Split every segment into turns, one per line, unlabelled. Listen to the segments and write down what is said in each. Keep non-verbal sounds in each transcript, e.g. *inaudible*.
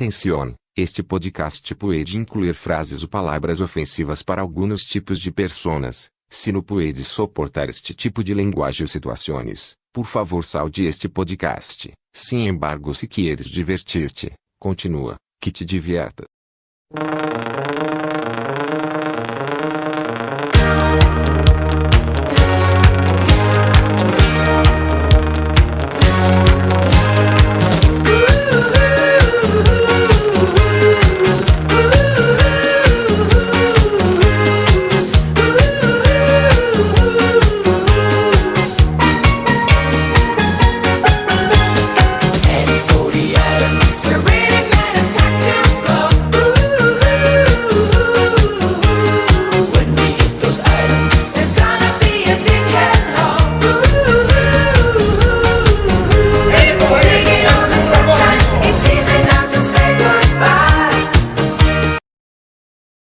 Atención, este podcast puede incluir frases ou palavras ofensivas para algunos tipos de personas. Se não puede soportar este tipo de linguagem ou situações, por favor salde este podcast. Sin embargo, se quieres divertir-te, continua, que te divierta.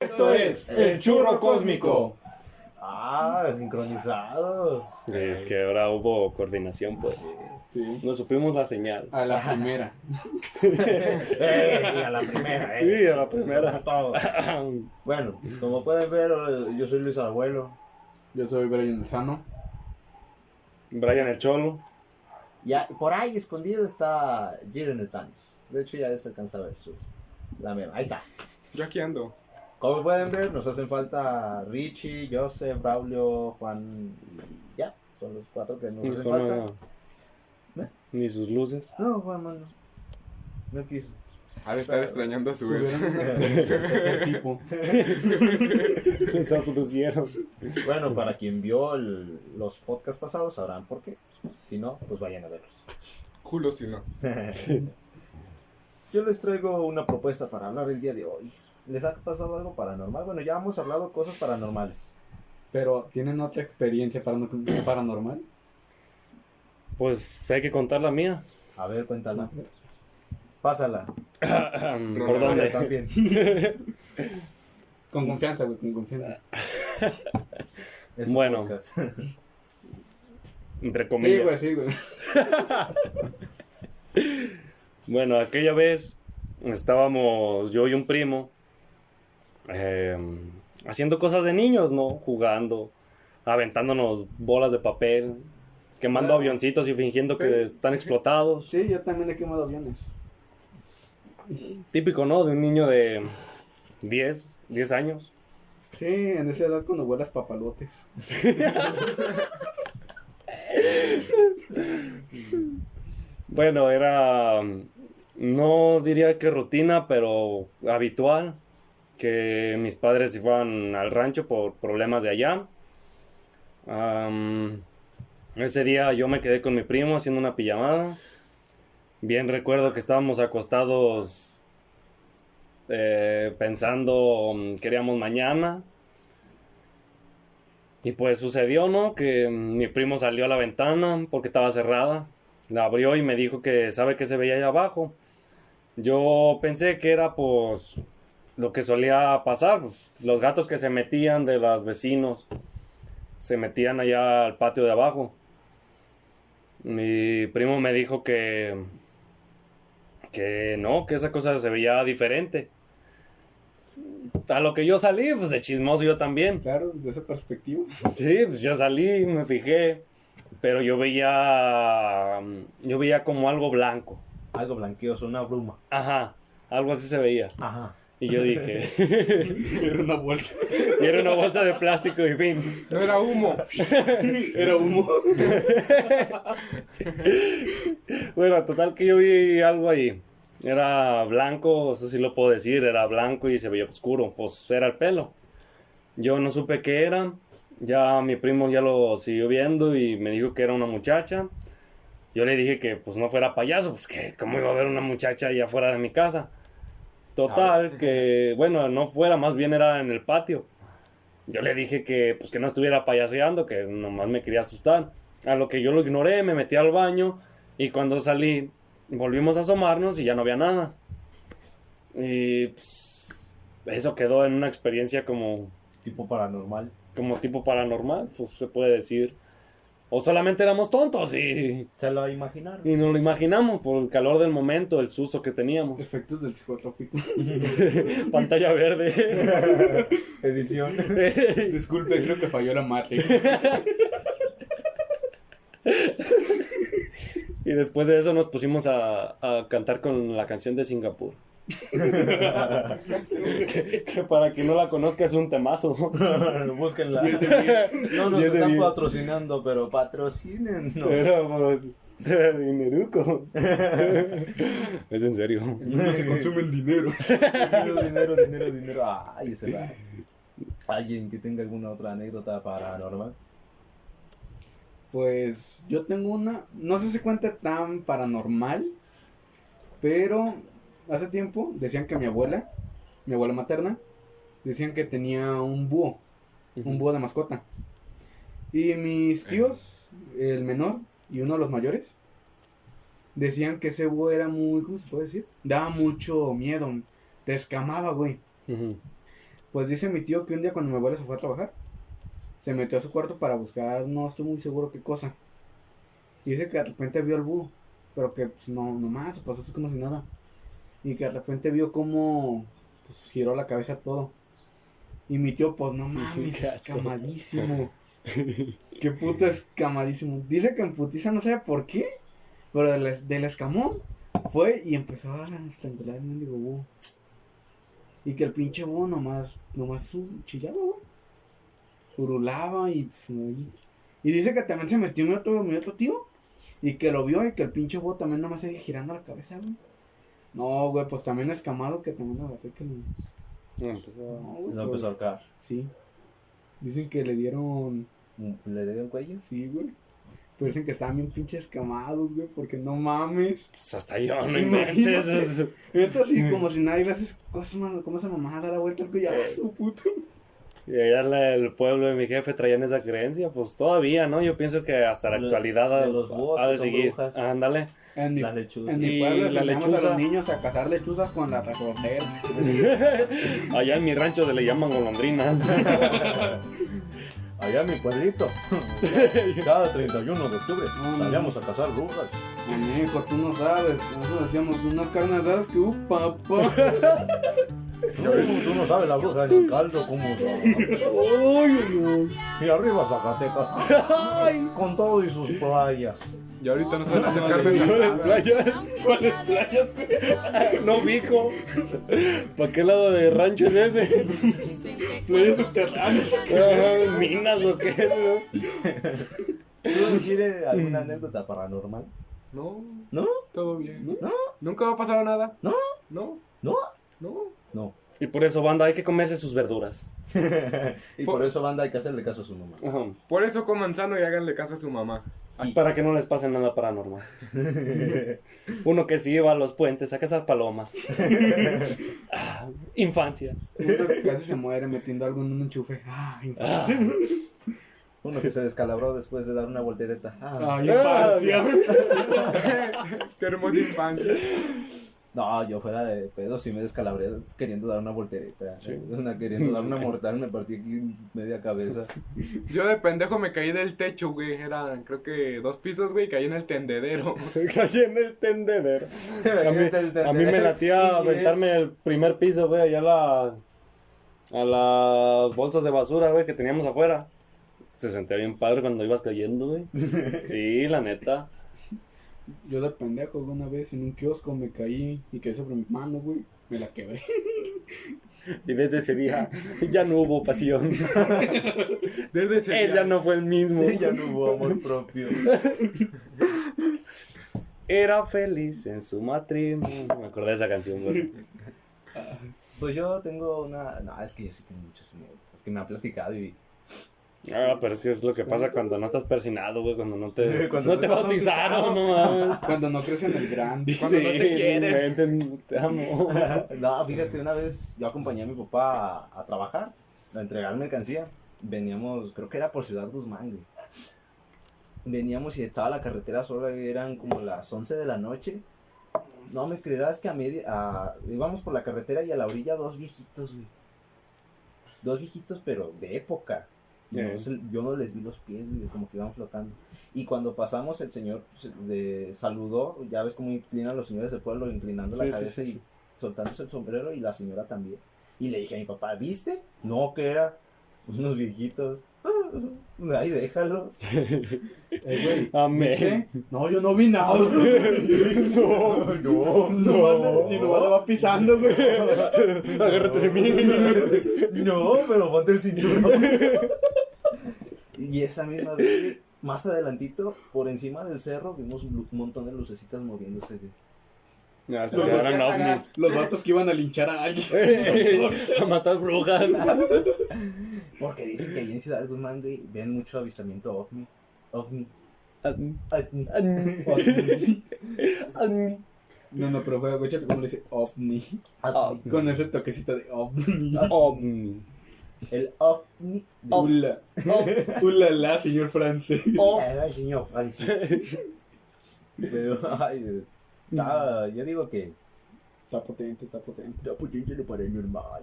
Esto es Pues, El Churro Cósmico.
Ah, sincronizados.
Es que ahora hubo coordinación, pues. Nos supimos la señal.
A la primera.
Ey, a la primera, eh.
Sí, a la primera.
Todo. Bueno, como pueden ver, eh, yo soy Luis Abuelo.
Yo soy Brian Lozano.
Brian el Cholo.
Ya, por ahí escondido está Jiren el Thanos. De hecho, ya se alcanza a ver su. La mierda. Ahí está.
Yo aquí ando.
Como pueden ver, nos hacen falta Richie, Joseph, Braulio, Juan. y Ya, son los cuatro que nos
Ni
hacen
forma
falta.
de-
¿Eh?
Ni
*laughs*
sus luces.
No, Juan, no. No quiso.
Ha de estar extrañando a su vez.
Tuvieron una entrevista con ese tipo.
Les abducieron.
Bueno, para quien vio el- los podcasts pasados, sabrán por qué. Si no, pues vayan a verlos.
Culo si no.
Yo les traigo una propuesta para hablar el día de hoy. ¿Les ha pasado algo paranormal? Bueno, ya hemos hablado cosas paranormales.
Pero, ¿tienen otra experiencia parano- paranormal?
Pues hay que contar la mía.
A ver, cuéntala. Pásala.
*clears throat* ¿Por
Yo
dónde?
También.
Con confianza, güey, con confianza.
Ah,
Es un
*laughs* Bueno.
podcast.
*laughs*
*laughs*
Entre
Sí, pues. güey,
comillas.
sí, güey.
Bueno, aquella vez estábamos yo y un primo eh, haciendo cosas de niños, ¿no? Jugando, aventándonos bolas de papel, quemando
Ah.
avioncitos y fingiendo
Sí.
que están explotados.
Sí, yo también he quemado aviones.
Típico, ¿no? De un niño de 10, 10 años.
Sí, en esa edad cuando vuelas papalotes.
Bueno, era, mm, no diría que rutina, pero habitual, que mis padres se fueran al rancho por problemas de allá. Am, ese día yo me quedé con mi primo haciendo una pijamada. Bien recuerdo que estábamos acostados eh, pensando mm, que haríamos mañana. Y pues sucedió, ¿no? Que mm, mi primo salió a la ventana porque estaba cerrada. La abrió y me dijo que sabe que se veía allá abajo. Yo pensé que era pues lo que solía pasar, pues, los gatos que se metían de los vecinos, se metían allá al patio de abajo. Mi primo me dijo que que no, que esa cosa se veía diferente. A lo que yo salí, pues de chismoso yo también.
Claro, desde esa perspectiva.
Sí, pues ya salí, me fijé, pero yo veía, mm, yo veía como algo blanco,
Algo blanqueoso, una bruma.
ajá, algo así se veía,
Ajá.
y yo dije, *laughs*
Era una bolsa.
y era una bolsa de plástico y fin,
No era humo.
Era humo.
bueno, total que yo vi algo ahí, era blanco, eso sí lo puedo decir, era blanco y se veía oscuro, pues era el pelo, yo no supe qué era, ya mi primo ya lo siguió viendo y me dijo que era una muchacha, Yo le dije que pues no fuera payaso, pues que cómo iba a haber una muchacha allá afuera de mi casa. Total, que bueno, no fuera, más bien era en el patio. Yo le dije que pues que no estuviera payaseando, que nomás me quería asustar. A lo que yo lo ignoré, me metí al baño y cuando salí volvimos a asomarnos y ya no había nada. Y pues, eso quedó en una experiencia como
Tipo paranormal.
como tipo paranormal, pues se puede decir. O solamente éramos tontos y,
Se lo imaginaron.
y nos lo imaginamos por el calor del momento, el susto
*laughs*
que teníamos.
Efectos del psicotrópico.
Pantalla verde. *laughs*
Edición. *laughs*
Disculpe, creo que falló la *laughs* Matrix.
y después de eso nos pusimos a, a cantar con la canción de Singapur. *laughs* que, que para quien no la conozca es un temazo.
Búsquenla. No nos
Diez de
están
diez.
patrocinando, pero patrocinen. *laughs*
Éramos de dineruco. *laughs* es en serio.
No se consumen dinero.
Dinero, dinero, dinero, dinero. Ay, se va. Alguien que tenga alguna otra anécdota paranormal.
Pues yo tengo una, no sé si cuenta tan paranormal, pero hace tiempo decían que mi abuela, mi abuela materna, decían que tenía un búho, un búho de mascota. Y mis tíos, el menor y uno de los mayores, decían que ese búho era muy, ¿cómo se puede decir? Daba mucho miedo, te escamaba, güey.
Ujú.
Pues dice mi tío que un día cuando mi abuela se fue a trabajar, se metió a su cuarto para buscar, no estoy muy seguro qué cosa. Y dice que de repente vio al búho, pero que pues, no, nomás, pasó así como si nada. Y que de repente vio cómo pues, giró la cabeza todo. Y mi tío, pues no mames,
Qué asco. *laughs*
escamadísimo. qué puto escamadísimo. Dice que en putiza no sabe por qué, pero del, es- del escamón fue y empezó a estrangular el mendigo búho. Y que el pinche búho nomás, nomás su- chillaba, güey. Urulaba y pues, no oí. Y dice que también se metió mi otro, mi otro tío. Y que lo vio y que el pinche búho también nomás seguía girando la cabeza, güey. No, güey, pues también escamado que también agarré que lo-
Empezó
No, güey,
Lo
pues,
empezó a ahorcar.
Sí. Dicen que le dieron.
¿Le dieron cuello?
Sí, güey. Pero dicen que estaban bien pinches escamados, güey, porque no mames.
Pues hasta yo, no
Imagínate.
inventes. es-
Esto *laughs* así como si nadie le haces cosas, mano, como esa mamada da la vuelta al cuello, ya ves, su puto.
Y allá la- el pueblo de mi jefe traían esa creencia, pues todavía, ¿no? Yo pienso que hasta la
Lo-
actualidad ha-
de los búhos
ha de
que son
seguir.
brujas.
Ándale.
En mi,
Las lechuzas.
en mi
Y
pueblo
la
la lechuza. a
lechuza.
los niños a cazar lechuzas con las recorderas.
Allá en mi rancho se le llaman golondrinas.
Allá en mi
*laughs*
pueblito. Cada 31 de octubre
No, no.
salíamos a cazar brujas.
Manejo, tú no sabes. Nosotros hacíamos unas carnes asadas que, uh, papá.
Tú, tú no sabes la bruja en el caldo cómo sabe. Y arriba Zacatecas. Con todo y sus playas.
Y ahorita no saben hacer
Yo de
carne
playas. ¿Cuáles playas? no mijo. ¿Para qué lado de rancho es ese?
Playas subterráneas.
Ah, ¿Minas o qué es? no?
¿Tú quieres alguna anécdota paranormal?
No,
¿No?
todo bien.
¿No?
¿Nunca va a pasar nada?
¿No?
¿No?
¿No?
¿No?
*laughs*
No.
Y por eso, banda, hay que comerse sus verduras.
Y
Por-
por eso, banda, hay que hacerle caso a su mamá.
Ajá.
Por eso coman sano y háganle caso a su mamá. *laughs*
Para que no les pase nada *laughs* paranormal. Uno que sí iba a los puentes a cazar *laughs* palomas. Ah, Infancia.
Uno que casi se muere metiendo algo en un enchufe. Ah, infancia.
Ah,
Uno que se descalabró después de dar una voltereta. Ah.
Ah, infancia.
Qué hermosa infancia.
No, yo fuera de pedo si me descalabré queriendo dar una voltereta. *laughs* Una queriendo
*laughs*
dar una mortal, me partí aquí media cabeza.
Yo de pendejo me caí del techo, güey. Eran, creo que dos pisos, güey, y caí en el tendedero.
Caí en el tendedero. *laughs*
*laughs*
A mí, a mí me latía aventarme el primer piso, güey, allá a la- a las bolsas de basura, güey, que teníamos afuera. Se sentía bien padre cuando ibas cayendo, *laughs* güey. Sí, la neta.
Yo de pendejo una vez en un kiosco me caí y caí sobre mi mano, güey. Me la quebré.
Y desde ese día ya no hubo pasión.
Desde ese
Él ya
día.
no fue el mismo.
Ya no hubo amor
*laughs*
propio.
Era feliz en su matrimonio. Me acordé de esa canción, güey.
Pues yo tengo una. No, es que yo sí tengo muchas anécdotas que me ha platicado y.
Ah, pero es que es lo que pasa cuando no estás persinado, güey, cuando no te,
Cuando
no te
no estás
bautizaron, no mames.
Cuando no crees en el
*laughs*
grande.
Cuando no te quieren.
inventen, te amo.
No, fíjate, una vez yo acompañé a mi papá a, a trabajar, a entregar mercancía. Veníamos, creo que era por Ciudad Guzmán, güey. Veníamos y estaba la carretera sola, y eran como las 11 de la noche. No me creerás que a media. a- íbamos por la carretera y a la orilla dos viejitos, güey. Dos viejitos, pero de época. Y no
Eh.
se- yo no les vi los pies, güey, como que iban flotando. Y cuando pasamos, el señor se- de, saludó, ya ves cómo inclinan los señores del pueblo, inclinando la
Sí, sí,
cabeza
sí,
y
sí.
soltándose el sombrero, y la señora también. Y le dije a mi papá, ¿viste? No, que era unos viejitos. *laughs* Ay, déjalos.
Eh, güey.
Amén.
¿Viste? No, yo *laughs* no vi nada. no, no, no. Y nomás le va pisando, güey.
*laughs* Agárrate de mí.
*laughs* No, pero ponte
*laughs*
el cinturón. y esa misma vez, güey, más adelantito, por encima del cerro, vimos un lu- un montón de lucecitas moviéndose. güey.
*laughs* Ya, se
Los, *laughs*
llevaron ovnis.
los vatos que iban a linchar a alguien.
A matar brujas.
Porque dicen que ahí en Ciudad Guzmán güey, ven mucho avistamiento ovni. Ovni. ovni.
Ovni. No, no, pero fue, güey, chécate cómo le dice ovni.
ovni.
Con ese toquecito de ovni.
Ovni.
El ovni. de-
Ula. Ulala, señor francés.
Ay, señor,
*laughs*
ay, sí. Pero, ay, eh, está- yo digo que.
Está potente, está potente,
La potencia lo paranormal.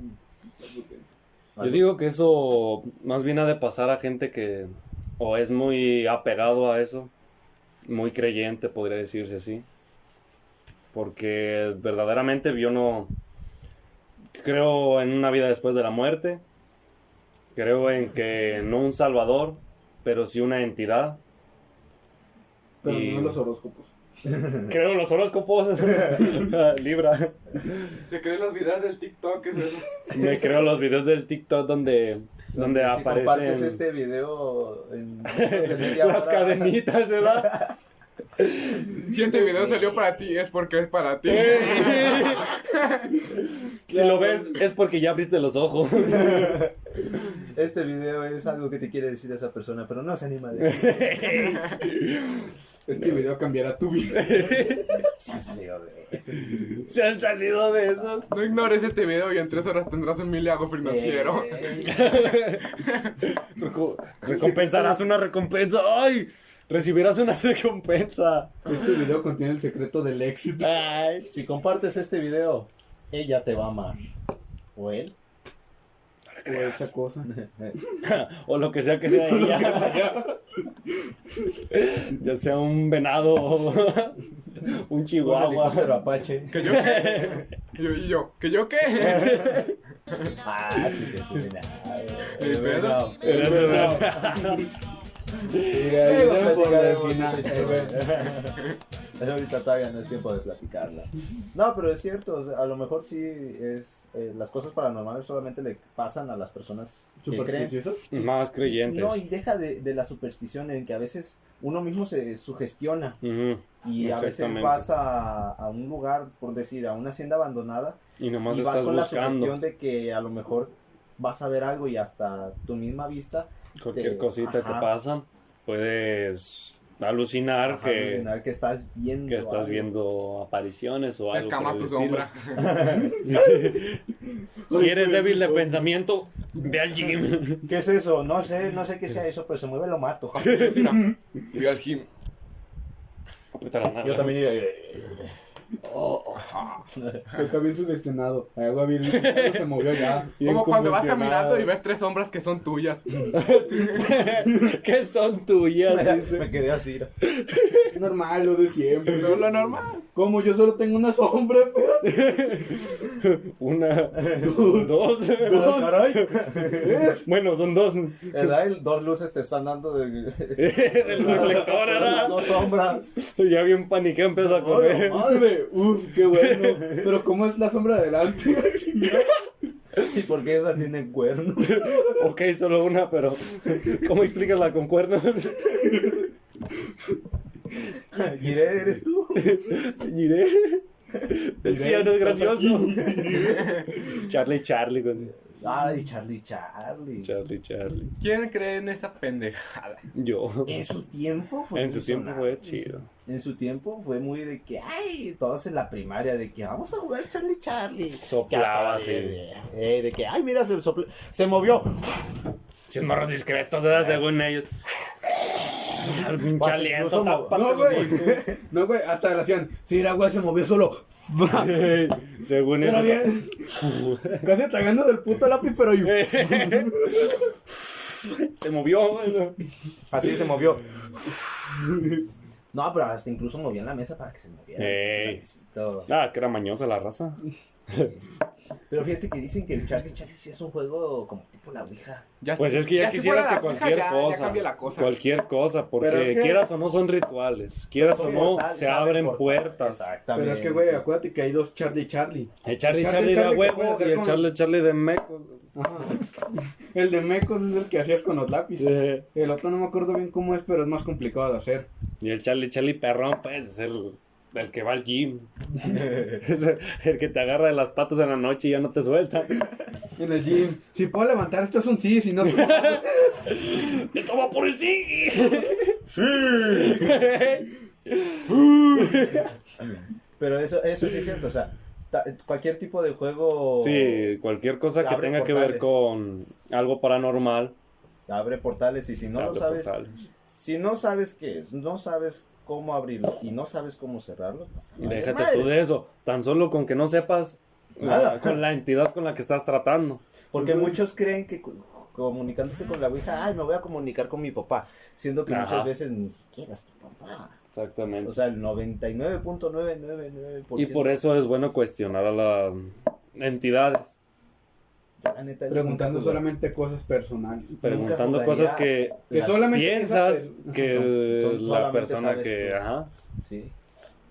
está potente.
Yo digo que eso más bien ha de pasar a gente que o es muy apegado a eso, muy creyente, podría decirse así. Porque verdaderamente yo no creo en una vida después de la muerte, creo en que no un salvador, pero sí una entidad.
Pero
Y-
no en los horóscopos.
Creo en los horóscopos, *laughs* Libra.
Se creen los videos del TikTok, es eso.
Me creo los videos del TikTok donde, donde
si compartes
aparecen
este video
*laughs*
en de media
las
hora,
cadenitas, ¿verdad?
*laughs*
Si este video salió para ti, es porque es para ti.
si lo ves, es porque ya abriste
*laughs*
los ojos.
Este video es algo que te quiere decir esa persona, pero no se
*laughs*
anima a decir.
Este video cambiará tu vida.
Se han salido de eso.
Se han salido de esos.
No ignores este video y en tres horas tendrás un milagro financiero.
Eh,
Reco- Recompensarás una recompensa. ¡Ay! Recibirás una recompensa.
Este video contiene el secreto del éxito.
Ay.
si compartes este video, ella te va a amar. ¿O él?
O esa cosa.
O lo que sea que sea ella. Ya sea un venado. Un
Un helicóptero
chihuahua.
apache.
¿Que yo qué? Yo, y yo, ¿que yo qué?
Ah, sí, sí, sí. mira.
¿El pedo?
Eres verdad.
Mira, video
Digo,
por el
platicaremos
final.
esa historia. Pero ahorita todavía no *laughs* es tiempo de platicarla. No, pero es cierto, o sea, a lo mejor sí es eh, las cosas paranormales solamente le pasan a las personas que creen.
¿Supersticiosos?
Más creyentes.
No, y deja de, de la superstición en que a veces uno mismo se sugestiona
Ujú.
y a veces
Exactamente.
vas a, a un lugar, por decir, a una hacienda abandonada
Y nomás
y vas
estás
con la
buscando
sugestión de que a lo mejor vas a ver algo y hasta tu misma vista
cualquier
de-
cosita que
ajá.
pasa. Puedes alucinar
vas a
que.
alucinar que estás viendo.
que estás
algo.
viendo apariciones o algo.
Escama
por
tu
el
sombra.
estilo. Si eres
*laughs*
débil de pensamiento, ve al gym.
¿Qué es eso? No sé, no sé qué sea eso, pero se mueve lo
*laughs*
mato.
*laughs* Mira, voy al gym.
Aprieta la nalga.
Pero Está bien sugestionado. Ahí va bien, se movió ya. Bien
Como cuando vas
convulsionado.
caminando y ves tres sombras que son
*laughs*
tuyas.
que son tuyas,
*laughs*
dice.
Me quedé
*laughs*
así.
Normal, lo de siempre.
No es lo normal.
Como yo solo tengo una sombra,
*laughs*
espérate.
Una, dos. *laughs*
Caray,
bueno, son dos. *laughs*
¿verdad? El- Dos luces te están dando de...
El reflector, ¿verdad?
*laughs* Dos sombras.
Ya bien paniqué, empezó a correr.
Madre, uf, qué bueno. Pero ¿cómo es la sombra adelante? *laughs* Chingada.
¿Y por qué esa tiene cuerno? *laughs*
ok, solo una, pero *laughs* ¿cómo explicas la con cuernos?
Giré, ¿eres tú?
Giré. El tío no es gracioso. Charlie, Charlie, güey.
Ay, Charlie, Charlie.
Charlie, Charlie.
¿Quién cree en esa pendejada?
Yo.
En su tiempo fue
En su tiempo
sonado.
fue chido.
En su tiempo fue muy de que, ay, todos en la primaria, de que vamos a jugar Charlie, Charlie.
Soplaba
Que hasta
así.
de- eh, de que, ay, mira, se, sople- se movió.
Chis morros discretos, ¿verdad? Según ellos. Al pinche aliento.
Incluso mo-
tapa-
No, güey. No, güey, hasta la hacían. Sí, la güey se movió solo.
*laughs* Según
Pero
eso.
bien. Casi atacando del puto lápiz, pero yo.
*laughs* Se movió, güey. ¿no?
Así se movió. No, pero hasta incluso movían la mesa para que se moviera.
Ey.
Clavecito.
Ah, es que era mañosa la raza.
Pero fíjate que dicen que el Charlie Charlie sí es un juego como tipo la Ouija.
Ya
Pues
está.
es que ya,
si
quisieras
fuera
que
la
cualquier
Ouija, ya-
cosa,
Ya cambia la cosa.
Cualquier cosa, porque
Pero es que-
quieras o no son rituales. Quieras o
Son
no,
portales,
se
saben
abren
portales.
puertas.
Exactamente.
Pero es que, güey, acuérdate que hay dos Charlie Charlie.
El Charlie
Charlie,
Charlie,
Charlie,
de
que puede
huevo
hacer
y el
con-
Charlie Charlie de meco.
El de Mecos es el que hacías con los lápices. El otro no me acuerdo bien cómo es, pero es más complicado de hacer.
Y el Charlie Charlie perrón, pues, es el, el que va al gym. es el, el que te agarra de las patas en la noche y ya no te suelta.
En el gym. Si puedo levantar, esto es un sí, si no. pues,
*laughs*
es un no.
¡Esto va por el sí! *laughs*
Pero eso, eso sí es cierto, o sea, ta- cualquier tipo de juego
Sí, cualquier cosa que
Abre
tenga que ver
portales.
con algo paranormal.
abre portales y si no lo
abre
sabes,
portales.
si no sabes qué es, no sabes cómo abrirlo y no sabes cómo cerrarlo, pues,
Y
vale
déjate
madre.
tú de eso. Tan solo con que no sepas
Nada.
la- con la entidad con la que estás tratando.
Porque muchos creen que cu- comunicándote con la Ouija, ay, me voy a comunicar con mi papá, siendo que
Ajá.
muchas veces ni siquiera es tu papá.
Exactamente.
O sea, el 99.999%.
y por eso es bueno cuestionar a las entidades.
la neta, yo
Preguntando
nunca jugué.
solamente cosas personales.
Preguntando
jugaría
cosas que
Que
La-
solamente. pues,
piensas que
Son- son-
la
solamente
persona
sabes
que...
tú.
Ajá.
Sí.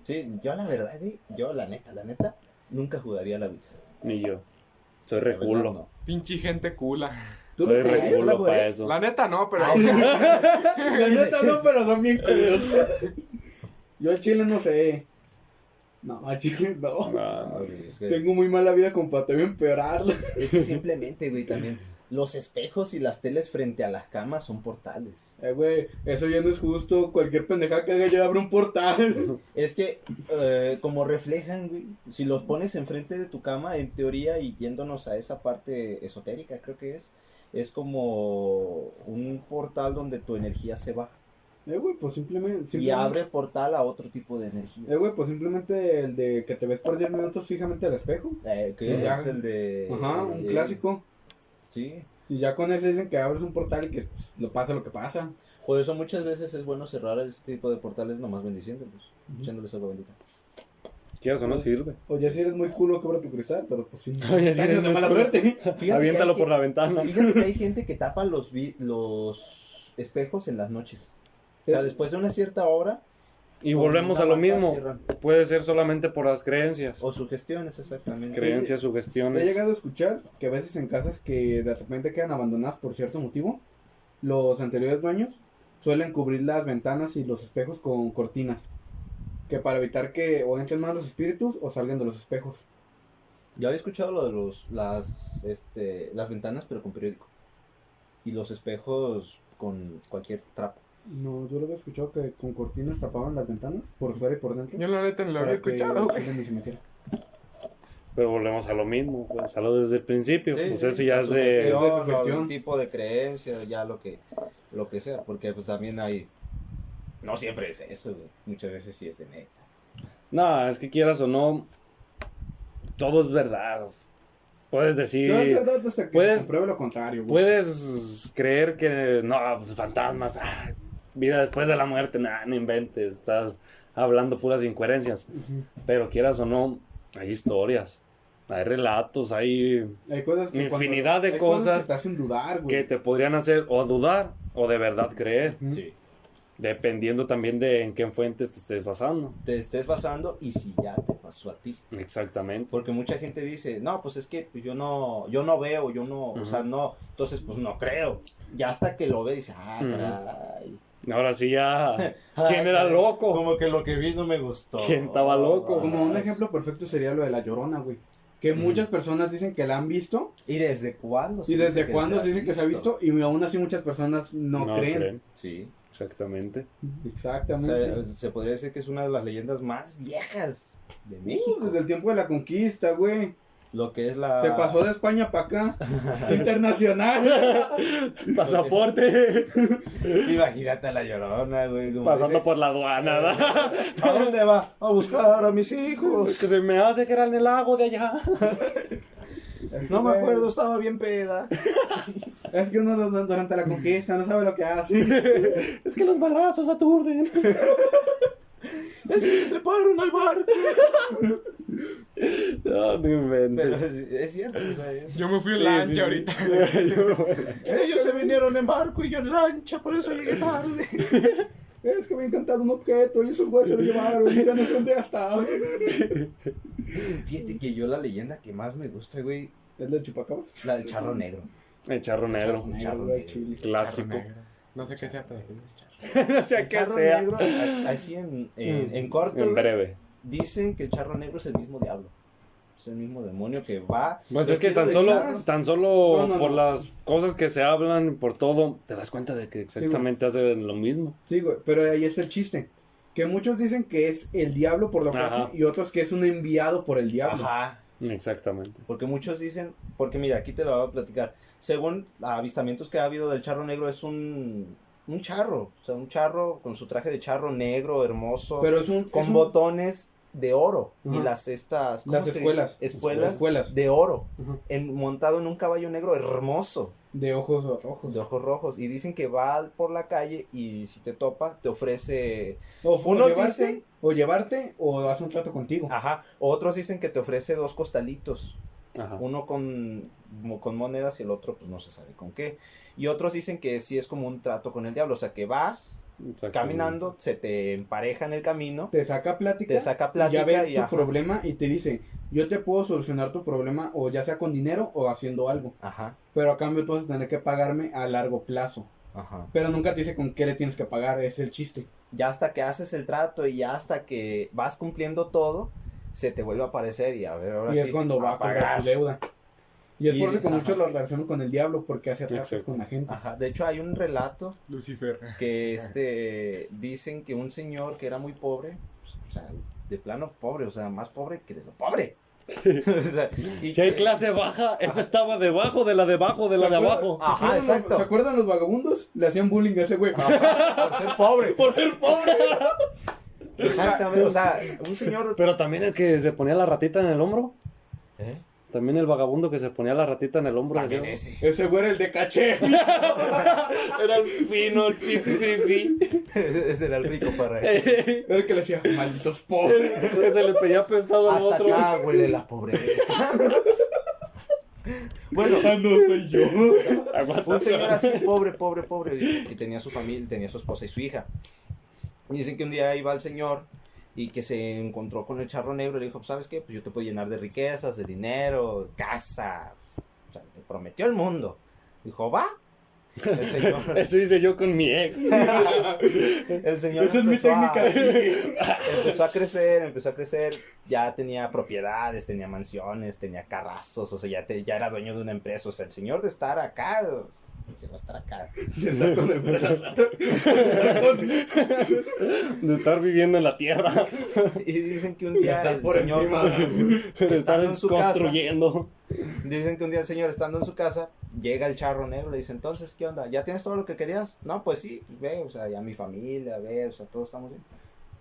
Sí, yo la verdad, güey, yo la neta, la neta, nunca jugaría a la Ouija.
Ni yo. Soy
La verdad,
reculo.
no. *laughs*
Pinche gente cula.
¿Tú
Soy
lo crees?
¿La
reculo para
jugarías?
eso.
La neta no,
Ah,
pero.
*laughs* La neta no, pero son bien curiosos.
*laughs*
Yo al chile no sé. No, al chile no.
Ah,
No, güey, es, que,
Tengo muy mala vida, compa. Te voy a empeorarla. *laughs*
es que simplemente, güey, también los espejos y las teles frente a las camas son portales.
Eh, güey, eso ya no es justo. Cualquier pendeja que haga yo abro un
*laughs*
portal.
Es que, eh, como reflejan, güey, si los pones enfrente de tu cama, en teoría, y yéndonos a esa parte esotérica, creo que es, es como un portal donde tu energía se va
Eh, güey, pues simplemente.
y
simplemente-
abre portal a otro tipo de energía.
Eh, güey, pues simplemente el de que te ves por 10 minutos fijamente al espejo.
Eh, que
Ya.
es el de.
Ajá, un
eh,
clásico.
Sí.
Y ya con ese dicen que abres un portal y que lo pasa lo que pasa.
Por eso muchas veces es bueno cerrar este tipo de portales nomás bendiciéndolos, echándoles agua bendita.
Quieras o no sirve.
O ya si eres muy culo, quebra tu cristal, pero pues
*laughs*
sí.
Oye, si eres
años de
muy
mala
culo. *laughs*
suerte.
que
Aviéntalo
hay
por
gen-
la ventana.
Fíjate que hay gente que tapa los, vi- los espejos en las noches. O sea,
Es-
después de una cierta hora.
Y
con
volvemos
una
a lo
manta
mismo.
cierran.
Puede ser solamente por las creencias.
O sugestiones, exactamente.
Creencias,
He
sugestiones.
llegado a escuchar que a veces en casas que de repente quedan abandonadas por cierto motivo, los anteriores dueños suelen cubrir las ventanas y los espejos con cortinas. Que para evitar que o entren más los espíritus o salgan de los espejos.
Yo había escuchado lo de los, las, este, las ventanas, pero con periódico. Y los espejos con cualquier trapo.
No, yo lo había escuchado que con cortinas tapaban las ventanas por fuera y por dentro.
Yo la neta ni lo
para
había
que
escuchado,
no
güey.
salgan ni se metieran.
Pero volvemos a lo mismo. Pues a lo desde el principio.
Sí,
pues
sí,
eso ya es
sugestión,
de.
sugestión.
o algún tipo de creencia, ya lo que, lo que sea, porque pues también hay... No siempre es eso, güey. Muchas veces sí es de neta.
No, es que quieras o no. Todo es verdad. Puedes decir.
No, es verdad hasta que
puedes-
se compruebe lo contrario. güey.
Puedes creer que no, pues, fantasmas, ah, vida después de la muerte, nada, no inventes, estás hablando puras incoherencias. Pero quieras o no, hay historias, hay relatos, hay
Hay cosas que cuando-
infinidad de
hay
cosas
que te hacen dudar, güey.
que te podrían hacer o dudar o de verdad creer,
Sí.
dependiendo también de en qué fuentes te estés basando.
Te estés basando y si ya te pasó a ti.
Exactamente.
Porque mucha gente dice, no, pues es que pues, yo no, yo no veo, yo no, o
Ujú.
sea, no, entonces pues no creo. Ya hasta que lo ve dice, ah,
Ujú.
caray.
Ahora sí ya,
Ah,
¿quién era
caray,
loco?
Como que lo que vi no me gustó.
¿Quién estaba loco?
Como un ejemplo perfecto sería lo de la llorona, güey. Que muchas personas dicen que la han visto.
¿Y desde cuándo? se
Y
dice
desde
que
cuándo
ha
se dice que se ha visto. Y aún así muchas personas *laughs* no, creen.
Sí.
*laughs*
Exactamente.
O
Exactamente.
sea, se podría decir que es una de las leyendas más viejas de
Uh,
México. Ah.
desde el tiempo de la conquista, güey.
Lo que es la.
Se pasó de España para
*laughs*
acá. Internacional.
Pasaporte,
Imagínate a la llorona, güey. como
pasando
dice,
por la aduana. ¿verdad?
¿A dónde va? A buscar a mis hijos.
Que se me hace que era en el lago de allá.
Es que,
No me
güey,
acuerdo, estaba bien peda.
Es que uno du- durante la conquista no sabe lo que hace.
Es que los balazos aturden.
Es que se treparon al bar.
No, no
Pero
inventes.
es, es cierto, o sea, es-
Yo me fui en
Sí,
lancha
sí, sí.
ahorita.
*laughs*
Ellos se vinieron en barco y yo en lancha, por eso llegué tarde.
Es que me encantaron un objeto y esos güeyes se lo llevaron y ya no sé dónde ha estado.
*laughs* Fíjate que yo la leyenda que más me gusta, güey,
¿Es del chupacabras?
la del charro negro.
El charro negro.
Charro
güey,
negro.
chile.
Clásico. *laughs*
No sé qué sea, pero sí.
O sea,
El
que
charro
sea. Mm,
negro, a- así en, en, en corto,
En
güey,
breve.
dicen que el charro negro es el mismo diablo. Es el mismo demonio que va.
Pues es que
vestido
tan
de
solo,
charro.
tan solo
No, no,
por
no.
las cosas que se hablan, por todo, te das cuenta de que exactamente hacen lo mismo.
Sí, güey, pero ahí está el chiste. Que muchos dicen que es el diablo por lo que
Ajá.
hace y otros que es un enviado por el diablo.
Ajá.
Exactamente.
Porque muchos dicen, porque mira, aquí te lo voy a platicar. Según avistamientos que ha habido del charro negro, es un, un charro. O sea, un charro con su traje de charro negro, hermoso,
Pero es un...
con
es un-
botones de oro y
Ajá.
las estas... ¿cómo
Las
se dice?
escuelas.
Espuelas
Escuelas.
de oro,
Ajá.
en- montado en un caballo negro hermoso,
De ojos rojos.
de ojos rojos. Y dicen que va por la calle y si te topa, te ofrece
O, o
Unos
llevarte,
dicen-
o llevarte o hace un trato contigo.
Ajá, otros dicen que te ofrece dos costalitos,
Ah.
Ajá.
uno con, mo- con monedas y el otro pues no se sabe con qué. Y otros dicen que sí es como un trato con el diablo, o sea que vas
Ah,
Exactamente.
caminando, se te empareja en el camino,
Te saca plática.
te saca plática
ya ve
y
tu
ajá,
problema y te dice, yo te puedo solucionar tu problema o ya sea con dinero o haciendo algo,
ajá,
pero a cambio tú vas a tener que pagarme a largo plazo.
ajá.
Pero nunca te dice con qué le tienes que pagar, es el chiste.
Ya hasta que haces el trato y ya hasta que vas cumpliendo todo, se te vuelve a aparecer y a ver ahora
y es
sí,
cuando va a pagar
pagar.
su deuda. Y es
Y-
por eso que
ajá.
muchos lo relacionan con el diablo porque hace tratos
Exacto.
con la gente.
Ajá, de hecho hay un relato
Lucifer.
que este dicen que un señor que era muy pobre, pues, o sea, de plano pobre, o sea, más pobre que de lo pobre. *laughs* O sea, y
Si hay
que-
clase baja, esta estaba debajo de la debajo de la de abajo.
¿Se
Ajá,
acuerdan-
exacto.
¿Se acuerdan los vagabundos? Le hacían bullying a ese güey.
Ajá, por ser pobre.
*laughs* Por ser pobre.
*laughs* Exactamente, o sea, un señor
Pero también el que se ponía la ratita en el hombro.
¿Eh?
También el vagabundo que se ponía la ratita en el hombro.
también
decía,
ese.
*laughs* Ese güey era el de caché.
*laughs* Era el fino, el pi, pi, pi,
Ese *laughs* era el rico para él.
pi.
Era el que le decía, malditos pobres. *laughs*
Que se le pedía prestado al
Hasta
otro.
acá huele la pobreza. Bueno,
Ah,
No soy yo.
Fue un señor *laughs* así, pobre, pobre, pobre, y tenía su familia, tenía su esposa y su hija. Y dicen que un día iba el señor y que se encontró con el charro negro y le dijo, ¿sabes qué? Pues yo te puedo llenar de riquezas, de dinero, casa. O sea, le prometió el mundo. Dijo, va. El
*laughs*
señor,
Eso hice yo con mi
*laughs*
ex.
el señor
Esa es mi
empezó a-
técnica.
*laughs* empezó a crecer, empezó a crecer, ya tenía propiedades, tenía mansiones, tenía carrazos, o sea, ya, te- ya era dueño de una empresa, o sea, el señor de estar acá, quiero estar acá.
De estar con el
*laughs*
brazo.
De estar viviendo en la tierra.
*laughs* Y dicen que un
Y
día
estar
el
por
señor,
encima.
De
*laughs*
estar
Estando en su casa.
construyendo.
dicen que un día el señor estando en su casa, llega el charro negro, le dice, entonces, ¿qué onda? ¿Ya tienes todo lo que querías? No, pues sí, pues, ve, o sea, ya mi familia, ve, o sea, todos estamos bien.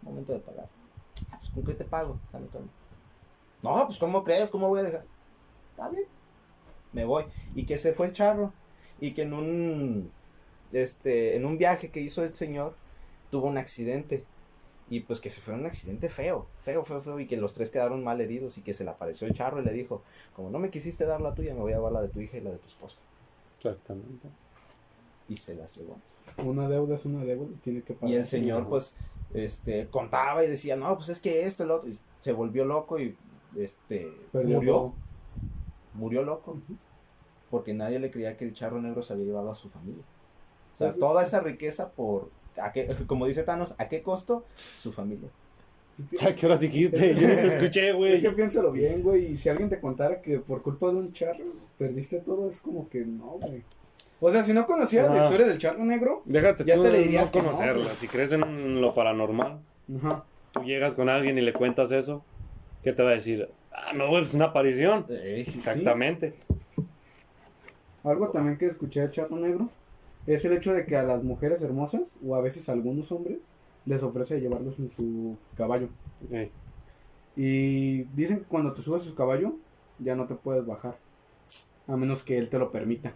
Momento de pagar. "Ah, pues, ¿con qué te pago? Dame, dame". No, pues, ¿cómo crees? ¿Cómo voy a dejar? Está bien. Me voy. Y que se fue el charro. Y que en un, este, en un viaje que hizo el señor, tuvo un accidente. Y pues que se fue un accidente feo, feo, feo, feo. Y que los tres quedaron mal heridos. Y que se le apareció el charro y le dijo: Como no me quisiste dar la tuya, me voy a llevar la de tu hija y la de tu esposa.
Exactamente.
Y se las llevó.
Una deuda es una deuda y tiene que pagar.
Y el señor, pues, este, contaba y decía: No, pues es que esto, el otro. Y se volvió loco y este,
Perdió
murió.
todo.
Murió loco. Porque nadie le creía que el charro negro se había llevado a su familia. O sea, toda esa riqueza por. ¿a qué- como dice Thanos, ¿a qué costo? Su familia.
¿A qué hora dijiste? Yo no te escuché,
Es
güey.
que piénsalo bien, güey. Y si alguien te contara que por culpa de un charro perdiste todo, es como que no, güey. O sea, si no conocías
Ah.
la historia del charro negro,
Déjate
Ya
tú
te le
no
dirías que no,
conocerla.
pues.
Si crees en lo paranormal,
ajá.
tú llegas con alguien y le cuentas eso, ¿qué te va a decir? Ah, no, es una aparición. Exactamente.
Algo también que escuché del charro negro es el hecho de que a las mujeres hermosas, o a veces a algunos hombres, les ofrece llevarlos en su caballo.
Ey,
Y dicen que cuando te subes a su caballo, ya no te puedes bajar. A menos que él te lo permita.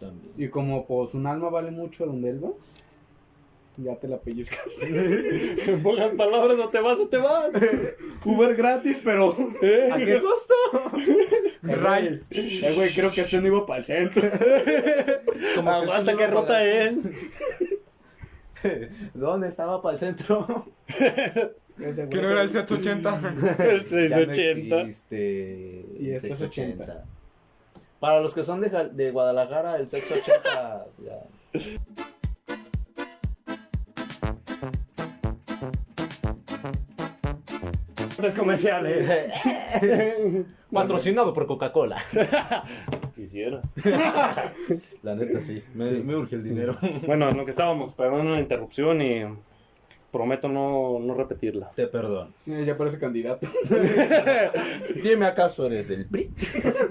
También.
Y como pues un alma vale mucho a donde él va, ya te la pellizcas.
*laughs*
En pocas palabras, o te vas o te vas.
Uber gratis, pero.
¿A qué costo?
Ray. Eh, güey, creo que este no iba para el centro.
Como que este
Aguanta,
estoy
¿qué
loco,
ruta
¿verdad?
es? *laughs*
*laughs* ¿Dónde estaba para
*laughs*
el centro?
Ese güey
Que no
se-
era el 780.
El
Ya
680.
No existe
Y
el
es
680. Para los que son de, Jal- de Guadalajara, el 680 *laughs* ya.
Cortes comerciales.
Patrocinado por Coca-Cola.
Quisieras.
La neta, sí. Me, me urge el *laughs* dinero.
Bueno, en lo que estábamos, perdón la interrupción y prometo no, no repetirla.
Te perdono.
Eh, Ya parece candidato. *laughs*
Dime acaso eres el PRI.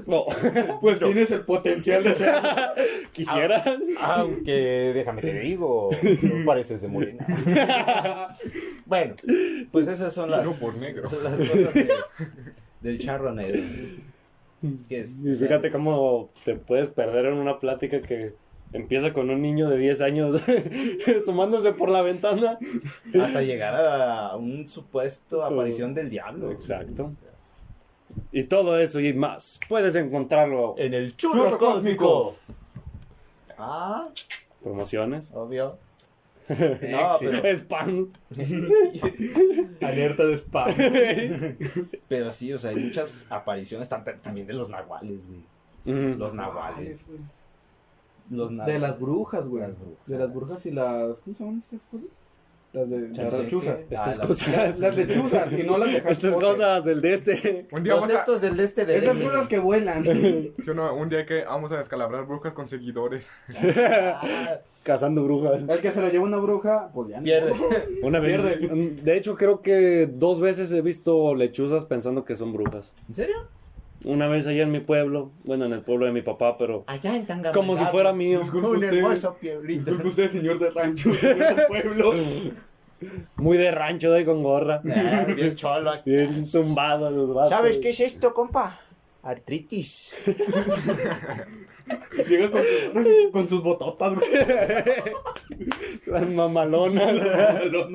No, *laughs*
Pues tienes el potencial de ser.
quisieras.
Aunque déjame te digo, no pareces de Molina. bueno, pues esas son las,
Negro por negro.
*laughs* las cosas de- del charro negro. Es que es-
Y fíjate cómo te puedes perder en una plática que empieza con un niño de 10 años *laughs* sumándose por la ventana.
hasta llegar a un supuesto aparición del diablo.
Exacto. Y todo eso y más. Puedes encontrarlo.
En el churro,
Churro
cósmico.
cósmico.
Ah,
Promociones. *laughs*
obvio.
Ah,
No, pero,
Spam.
Alerta de spam.
pero sí, o sea, hay muchas apariciones tam- también de los nahuales, güey.
Mm.
Los nahuales. Los
De
nahuales.
las brujas, güey.
Las brujas.
De las brujas y las. ¿Cómo se llaman estas cosas? Las de. Las
Chasteques.
lechuzas.
Estas
Ah, la-
cosas.
Las lechuzas, y no las
*laughs*
de Harry
*laughs* Estas
Potter.
cosas del de este.
*laughs* Un día,
Los
vamos
de
a,
estos del este de
Estas cosas que vuelan.
sí, no, un día hay que vamos a descalabrar brujas con seguidores.
Ah,
Cazando brujas.
El que se lo lleva una bruja, pues ya no.
Pierde.
*laughs*
Una vez.
Pierde.
Mm, De hecho, creo que dos veces he visto lechuzas pensando que son brujas.
¿En serio?
Una vez allá en mi pueblo. Bueno, en el pueblo de mi papá, pero.
Allá en Tangamandapio.
Como si fuera mío.
Disculpe
Un
usted.
hermoso pueblito.
Disculpe usted, señor *laughs* de rancho, señor del pueblo.
Muy de rancho, de con gorra.
*laughs* Ah, bien cholo. aquí.
Bien tumbado. los vatos.
¿Sabes qué es esto, compa?
*laughs*
Artritis.
Llega con, sus- con sus bototas, güey. *laughs*
Las mamalonas.
Los,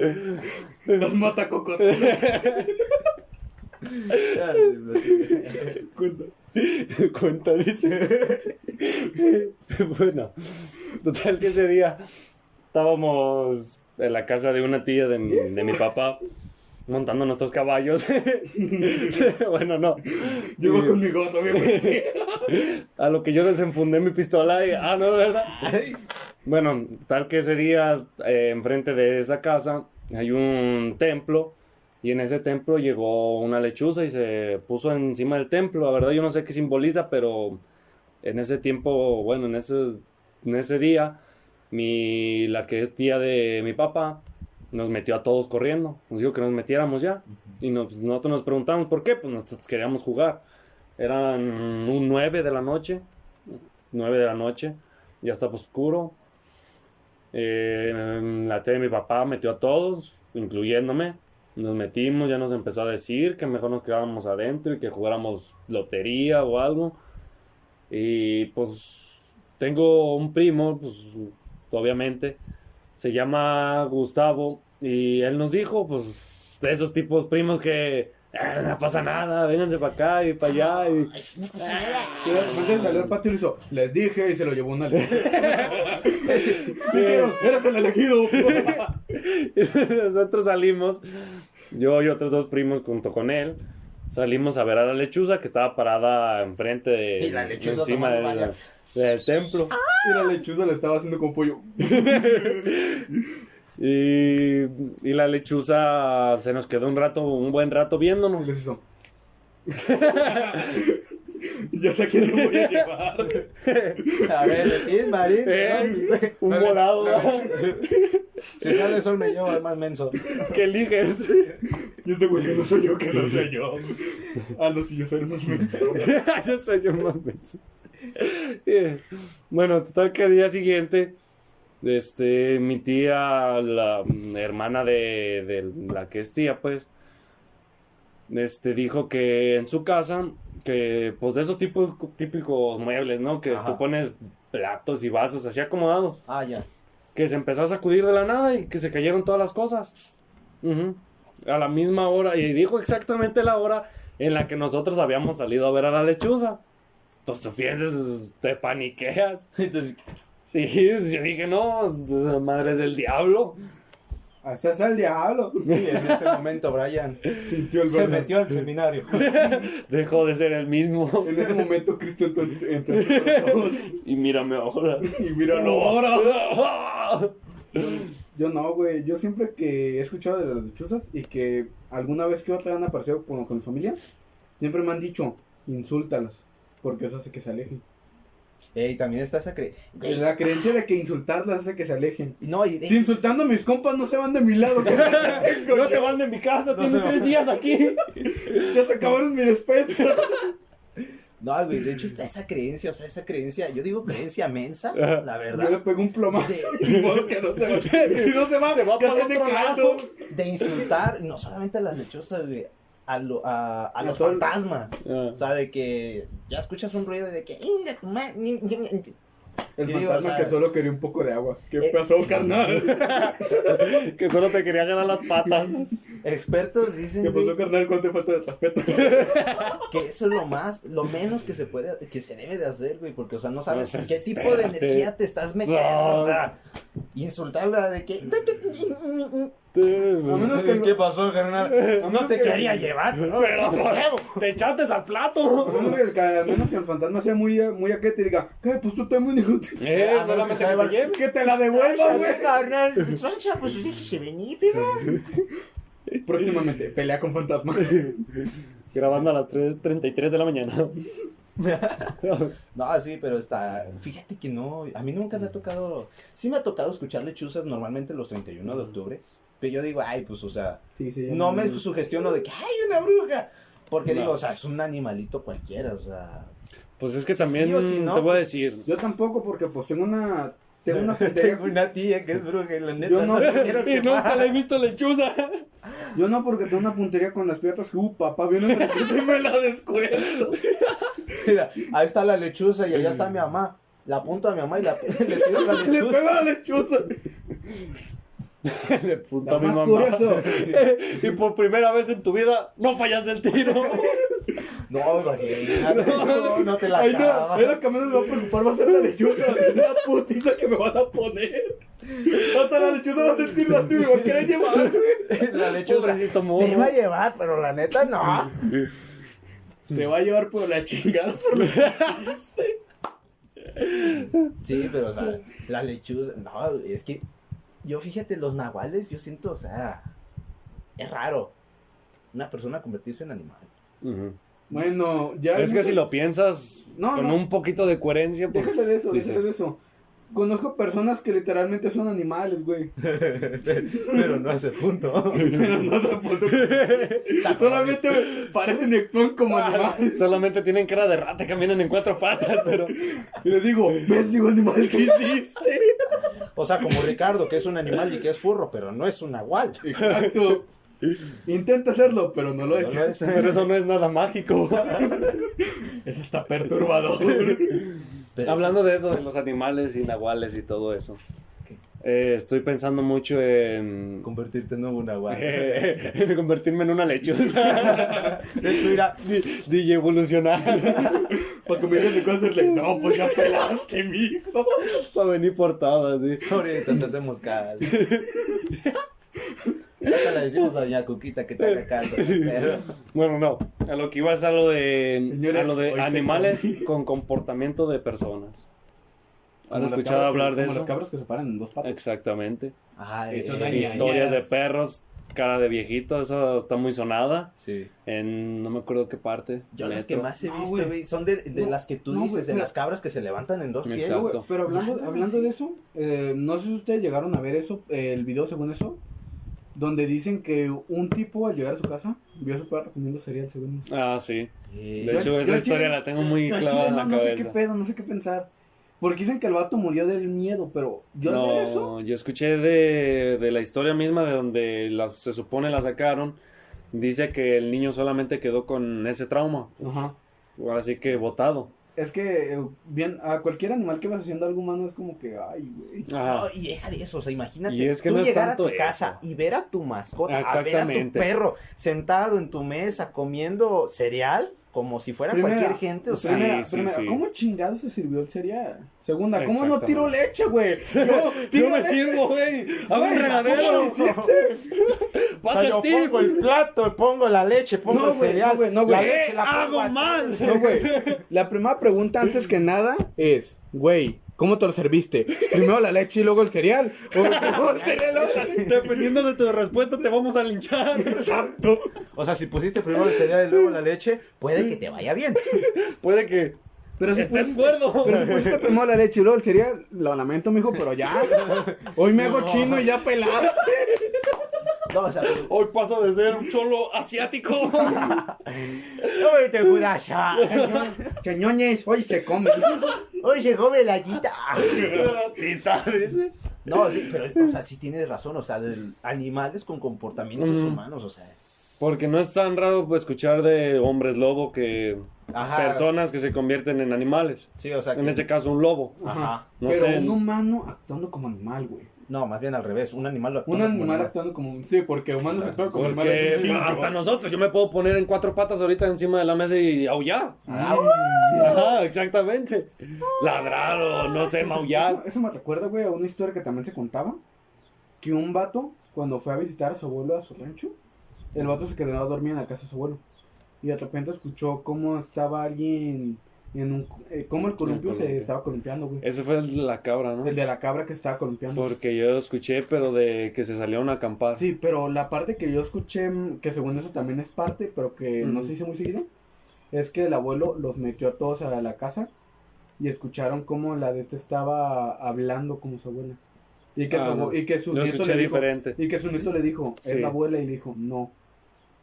los matacocotes.
Cuenta. Cuenta, dice. bueno, total que ese día estábamos en la casa de una tía de, mi- de mi papá montando nuestros caballos. *laughs* bueno, no.
Llego con mi gozo, güey.
A lo que yo desenfundé mi pistola y... Ah, no, de verdad. Bueno, tal que ese día eh, enfrente de esa casa hay un templo y en ese templo llegó una lechuza y se puso encima del templo. La verdad yo no sé qué simboliza, pero en ese tiempo, bueno, en ese, en ese día, mi, la que es tía de mi papá nos metió a todos corriendo. Nos dijo que nos metiéramos ya. Y nos- nosotros nos preguntamos por qué, pues nosotros queríamos jugar. Eran un 9 de la noche, 9 de la noche, ya estaba oscuro. Eh, la tía de mi papá metió a todos, incluyéndome. Nos metimos, ya nos empezó a decir que mejor nos quedábamos adentro y que jugáramos lotería o algo. Y pues tengo un primo, pues obviamente, se llama Gustavo y él nos dijo, pues, de esos tipos primos que "Ah, no pasa nada, vénganse para acá y para allá. Y... *laughs*
Y después salió al patio y le hizo, les dije, y se lo llevó una *laughs* lechuza. Dijeron, eres el elegido. *laughs*
Y nosotros salimos, yo y otros dos primos junto con él, salimos a ver a la lechuza que estaba parada enfrente de,
Y la lechuza
encima de
tomando
la-
baños.
del templo.
Y la lechuza le estaba haciendo con pollo.
Y, y la lechuza se nos quedó un rato, un buen rato
Y
viéndonos.
les hizo. *laughs* ya sé a quién lo voy a llevar.
A ver, Betín, Marín.
Eh, un
La le-
volado
la
Si sale el sol, me llevo al más menso.
*laughs* que eliges.
Y este güey que no soy yo, que no soy yo. Ah, no, si yo soy el más menso. *laughs*
*laughs* Yo soy un mamés. Eh, bueno, total que al día siguiente, este, mi tía, la mm, hermana de, de la que es tía, pues, este, dijo que en su casa, que pues de esos tipos- típicos muebles, ¿no? Que
Ajá.
tú pones eh, platos y vasos así acomodados.
Ah, ya.
Que se empezó a sacudir de la nada y que se cayeron todas las cosas. Ujú. A la misma hora. Y dijo exactamente la hora en la que nosotros habíamos salido a ver a la lechuza. Entonces tú piensas, te paniqueas.
Entonces,
Sí, yo dije, no, esa madre es del diablo.
Hasta es el diablo.
en ese momento Brian
Sintió *laughs* el
se
valor.
metió al seminario.
Dejó de ser el mismo.
En ese momento Cristo entró en tu *laughs* corazón.
Y mírame ahora.
Y míralo ahora.
ahora.
Yo no, güey. Yo siempre que he escuchado de las lechuzas y que alguna vez que otra han aparecido con, con mi familia, siempre me han dicho, insúltalos. Porque eso hace que se alejen.
Ey, también está esa cre...
Es La creencia de que insultarlas hace que se alejen.
No, y...
Si insultando a mis compas no se van de mi lado,
*laughs*
cabrón.
*laughs* No se van de mi casa,
No
tienen
se van.
tres días aquí.
ya se acabaron mi despensa.
No, güey, de hecho está esa creencia, o sea, esa creencia, yo digo creencia mensa,
Ajá.
la
Yo le
verdad,
pego un plomazo.
de,
Ni modo que no se
*laughs*
va. Si no se va,
Se va
ya
para
se
otro
te caldo.
lado.
de insultar, no solamente a las lechosas, güey, a, lo- a,
Y a
a los
todo el-
fantasmas. O sea, de que ya escuchas un ruido de que... "Inga tu ma- ni- ni- ni-".
El
Y digo,
fantasma
o sea,
que solo quería un poco de agua. ¿Qué
Eh.
pasó, carnal?
Que solo te quería ganar las
*laughs*
patas.
Expertos dicen
¿Qué
güey,
pasó, carnal? ¿Cuánto te falta de
*laughs*
respeto?
que eso es lo más, lo menos que se puede, que se debe de hacer, güey, porque, o sea, no sabes
Pues,
qué tipo de
espérate.
energía te estás metiendo, o sea, insultarla de que...
A *laughs* menos que,
¿Qué pasó, carnal?
a
No
menos
te
que-
quería llevar, ¿no?
*laughs* Pero, te echaste al
a
plato.
menos que el, ca- a menos que el fantasma sea muy, muy a que te diga, ¿qué? Pues tú también, hijo. de- *laughs*
Eh,
Ah, no,
solamente
que
que te
salva-
lleve.
Que te la devuelva, güey.
carnal. Sancha, pues dije, se vení, pero.
Próximamente, pelea con
*laughs*
fantasma.
Grabando a las 3.33 de
*laughs*
la mañana.
No, sí, pero está. Fíjate que no. A mí nunca me ha tocado. Sí me ha tocado escuchar lechuzas normalmente los 31 de octubre. Pero yo digo, ay, pues, o sea,
Sí, sí, ya
no me sugestiono de que hay una bruja. Porque digo, o sea, es un animalito cualquiera, o sea. *laughs*
Pues es que
Sí,
también
sí o sí, ¿no?
te voy a decir.
Yo tampoco, porque pues tengo una. Tengo
*laughs*
una.
Tengo una tía que es bruja y la neta.
Yo no-
*laughs*
*laughs*
quiero
Y
que
nunca
pase.
le he visto lechuza.
Yo no, porque tengo una puntería con las piernas. Uh, papá, viene
*laughs*
otra cosa y me la descuento.
Mira, ahí está la lechuza y allá está mi mamá. La apunto a mi mamá y la, *laughs* le tiro la
Le
lechuza.
pego a la lechuza.
Le puntó
Lo
a mi
más *laughs*
mamá. *laughs*
curioso.
Y por primera vez en tu vida no fallas el tiro.
No, imagínate. No, no te la
Ay, no,
acabas.
es lo que menos me va a preocupar. Va a ser la lechuza. La putiza que me van a poner. Hasta la lechuza va a sentir la tuya. y Me va a querer llevar, güey.
*laughs* La lechuza.
Pobrecito morro.
Te iba a llevar, pero la neta no.
Te va a llevar por la chingada. Por la...
*laughs* Sí, pero o sea, la lechuza. No, es que yo fíjate, los nahuales, yo siento, o sea, es raro una persona convertirse en animal. *laughs*
Ujú.
Bueno, ya. hay
Es que
mucho-
si lo piensas
No,
con
no.
un poquito de coherencia, pues.
Déjate de eso, déjate de
dices,
eso. Conozco personas que literalmente son animales,
*laughs*
güey.
pero no hace punto. *laughs*
Pero no se apuntan. Solamente parecen y actúan como
Ah,
animales.
Solamente tienen cara de rata, caminan en cuatro patas, pero.
Y les digo, mendigo animal que hiciste.
O sea, como Ricardo, que es un animal y que es furro, pero no es un nahual.
*laughs* Exacto. Intenta hacerlo, pero no lo
No lo
es.
es. *laughs*
Pero eso no es nada
*laughs*
mágico.
Es hasta perturbador.
Pero
Hablando de eso, de los animales y nahuales y todo eso.
¿Qué?
eh, estoy pensando mucho en.
Convertirte en un
*laughs*
nahual.
eh, *laughs* en convertirme en una lechuza. *laughs*
De hecho, mira,
DJ evolucionar.
Para comer de cosas, hacerle, no, pues ya pelaste, mijo.
Para venir portada, sí.
Ahorita te hacemos caso. Hasta le decimos a doña Cuquita que te haga caso. Pero...
Bueno, no. A lo que iba es a lo de,
Señores,
a lo
hoy
de
se
animales con comportamiento de personas. ¿Han escuchado hablar de eso?
cabras que se paran en dos
Exactamente.
Ay,
Eso
eh,
no hay ni
Historias de
Ñañaras.
perros, cara de viejito, esa está muy sonada.
Sí.
En no me acuerdo qué parte.
Yo las que
metro.
más he
No,
visto,
güey.
güey, son de, de
No,
las que tú
no, güey,
dices, de
pero-
las cabras que se levantan en dos pies.
Exacto.
Güey, Pero hablando,
Ah,
hablando
sí.
de eso, eh, no sé si ustedes llegaron a ver eso, eh, el video según eso, donde dicen que un tipo al llegar a su casa vio a su perro comiendo cereal según eso.
Ah, sí.
Eh,
De hecho,
yo
esa
al
historia
chile-
la tengo muy
Así,
clavada en la
no, no sé qué
cabeza.
pedo, no sé qué pensar. Porque dicen que el vato murió del miedo, pero yo al ver eso...
No, yo escuché de, de la historia misma de donde las, se supone la sacaron. Dice que el niño solamente quedó con ese trauma.
Ajá.
Ahora sí que botado.
es que eh, bien, a cualquier animal que vas haciendo algo humano es como que, ay, güey.
Ajá.
No, y deja de eso, o sea, imagínate
Y es que
tú
no es
llegar
tanto
a tu casa
eso.
y ver a tu mascota, a ver a tu
Exactamente.
perro sentado en tu mesa comiendo cereal como si fuera
Primera,
cualquier gente, o sea,
primera,
sí,
primera,
sí.
¿cómo chingado se sirvió el cereal? Segunda, ¿cómo no tiro
Exactamente.
leche, güey? Yo
Yo
tiro
me
leche,
sirvo, güey. Hago
güey,
un regadero.
¿cómo lo hiciste? *laughs*
O sea,
Pasa
yo
el tip.
pongo el plato, pongo la leche, pongo
No,
el
güey,
cereal,
no, güey, no, güey. Eh,
la leche la pongo
Hago
al-
mal.
No, güey. La primera pregunta antes que nada es, güey, ¿cómo te lo serviste? Primero la leche y luego el cereal. O *laughs* primero el cereal. luego la leche.
Dependiendo de tu respuesta, te vamos a linchar.
Exacto.
O sea, si pusiste primero el cereal y luego la leche, puede que te
*laughs*
vaya bien.
Puede que
Pero si
estés
pusiste,
cuerdo.
pero si pusiste primero la leche y luego el cereal, lo lamento, mijo, pero ya. Hoy me hago chino y ya pelado.
No, o sea,
Hoy paso de ser un
*laughs*
cholo asiático.
hoy te gurasha,
Chañoñes, hoy se come.
hoy llegó veladita.
Ratita, dice.
No, sí, pero, o sea, sí tienes razón, o sea, del- animales con comportamientos
Ujú.
humanos, o sea, es...
Porque no es tan raro pues, escuchar de hombres lobo que
Ajá.
personas que se convierten en animales.
Sí, o sea,
En
que-
ese caso, un lobo.
Ajá.
No
pero
sé.
un humano actuando como animal, güey.
No, más bien al revés, un animal lo actúa
Un
como
animal actuando como. Sí, porque humanos actúan como
Porque
animales. un chingo.
hasta nosotros, yo me puedo poner en cuatro patas ahorita encima de la mesa y aullar. Ajá, exactamente. Ladrar o no sé,
Eso,
maullar.
eso me recuerda, güey, a una historia que también se contaba. Que un vato, cuando fue a visitar a su abuelo a su rancho, el vato se quedó a dormir en la casa de su abuelo. Y de repente escuchó cómo estaba alguien en un... cu- eh, cómo el columpio se
columpio.
estaba columpiando, güey.
Ese fue el de la cabra, ¿no?
El de la cabra que estaba columpiando.
Porque yo escuché, pero de que se salieron a acampar.
Sí, pero la parte que yo escuché, mm, que según eso también es parte, pero que no
Ujú.
se hizo muy seguido, es que el abuelo los metió a todos a la casa y escucharon cómo la de este estaba hablando como su abuela. Y que,
Ah,
su, abue-
no.
y que su
Yo
nieto
escuché
le dijo,
diferente.
y que su nieto le dijo, es
Sí.
la abuela, y le dijo, no,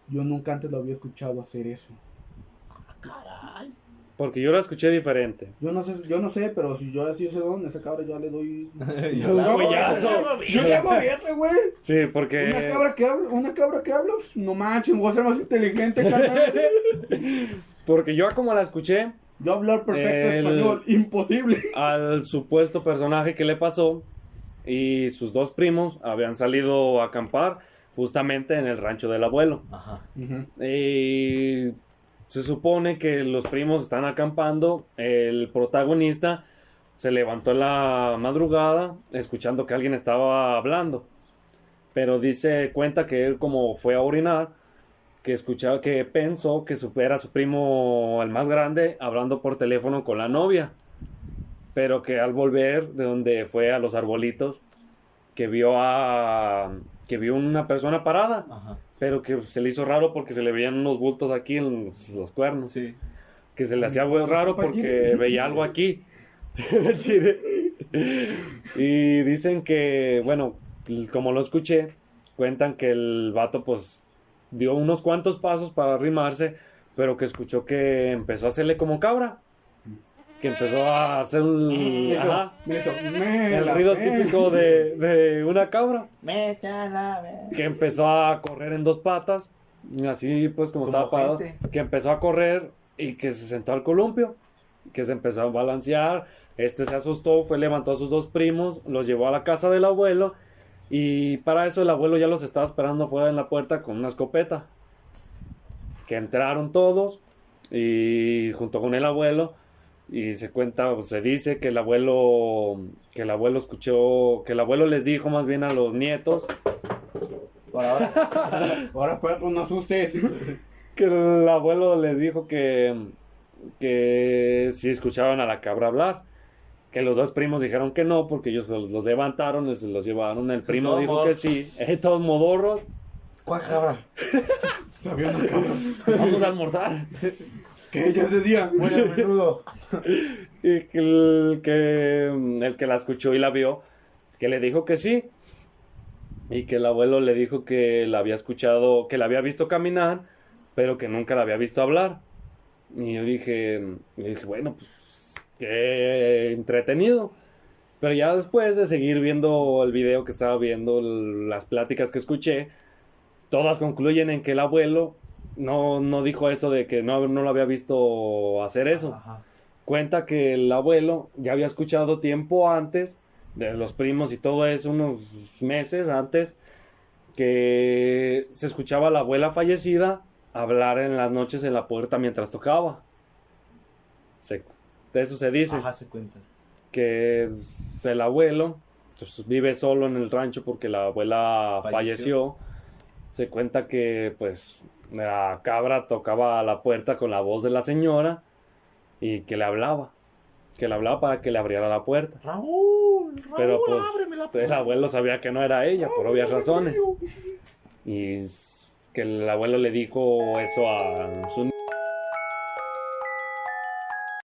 yo nunca antes lo había escuchado hacer eso.
Porque yo la escuché diferente.
Yo no sé, yo no sé, pero si yo así ese don, esa cabra yo le
*laughs*
doy...
Yo
le
la
hago-
huellazo.
*laughs* Yo le hago guerra, güey.
Sí, porque.
Una cabra que habla, una cabra que habla, pues, no manches, voy a ser más inteligente, carnal.
*laughs* Porque yo, como la escuché,
Yo hablar perfecto
El-
español, imposible.
al supuesto personaje que le pasó y sus dos primos habían salido a acampar justamente en el rancho del abuelo.
Ajá.
*laughs*
Y Eh, se supone que los primos están acampando. El protagonista se levantó en la madrugada escuchando que alguien estaba hablando. Pero dice, cuenta que él como fue a orinar, que escuchaba, que pensó que su- era su primo el más grande hablando por teléfono con la novia. Pero que al volver de donde fue a los arbolitos, que vio a... que vio una persona parada.
Ajá.
Pero que se le hizo raro porque se le veían unos bultos aquí en los, los cuernos.
Sí.
Que se le hacía güey, raro
Papá,
porque
¿quién?
veía algo aquí. *laughs* El chile. y dicen que, bueno, como lo escuché, cuentan que el vato pues dio unos cuantos pasos para arrimarse, pero que escuchó que empezó a hacerle como cabra. Que empezó a hacer un...
Eso,
ajá,
eso,
el ruido típico de, de una cabra.
Vete a la ver-
que empezó a correr en dos patas, así pues como,
Como
estaba parado,
gente.
que empezó a correr y que se sentó al columpio, que se empezó a balancear, este se asustó, fue, levantó a sus dos primos, los llevó a la casa del abuelo y para eso el abuelo ya los estaba esperando fuera en la puerta con una escopeta, que entraron todos y junto con el abuelo y se cuenta, o se dice que el abuelo, que el abuelo escuchó, que el abuelo les dijo más bien a los nietos
Por ahora.
Ahora, perro, no asustes. *laughs*
que el abuelo les dijo que, que si escuchaban a la cabra hablar. Que los dos primos dijeron que no, porque ellos los, los levantaron, se los llevaron. El primo
Todos
dijo que
modorros.
sí. Eh, todos modorros,
¿Cuál cabra?
Sabía una cabra.
vamos a almorzar.
Que ella ese día.
Muere a menudo.
Y que el que, el que la escuchó y la vio, que le dijo que sí. Y que el abuelo le dijo que la había escuchado, que la había visto caminar, pero que nunca la había visto hablar. Y yo dije, y dije bueno, pues qué entretenido. Pero ya después de seguir viendo el video que estaba viendo, l- las pláticas que escuché, todas concluyen en que el abuelo no, no dijo eso de que no, no lo había visto hacer eso
Ajá.
cuenta que el abuelo ya había escuchado tiempo antes de los primos y todo eso, unos meses antes, que se escuchaba a la abuela fallecida hablar en las noches en la puerta mientras tocaba. Se- de eso se dice
Ajá, se cuenta.
que pues, el abuelo pues, vive solo en el rancho porque la abuela falleció.
Falleció.
Se cuenta que pues la cabra tocaba a la puerta con la voz de la señora y que le hablaba, que le hablaba para que le abriera la puerta.
Raúl, Raúl,
Pero pues
ábreme la
el
puerta.
abuelo sabía que no era ella por obvias razones. Y s- que el abuelo le dijo eso a su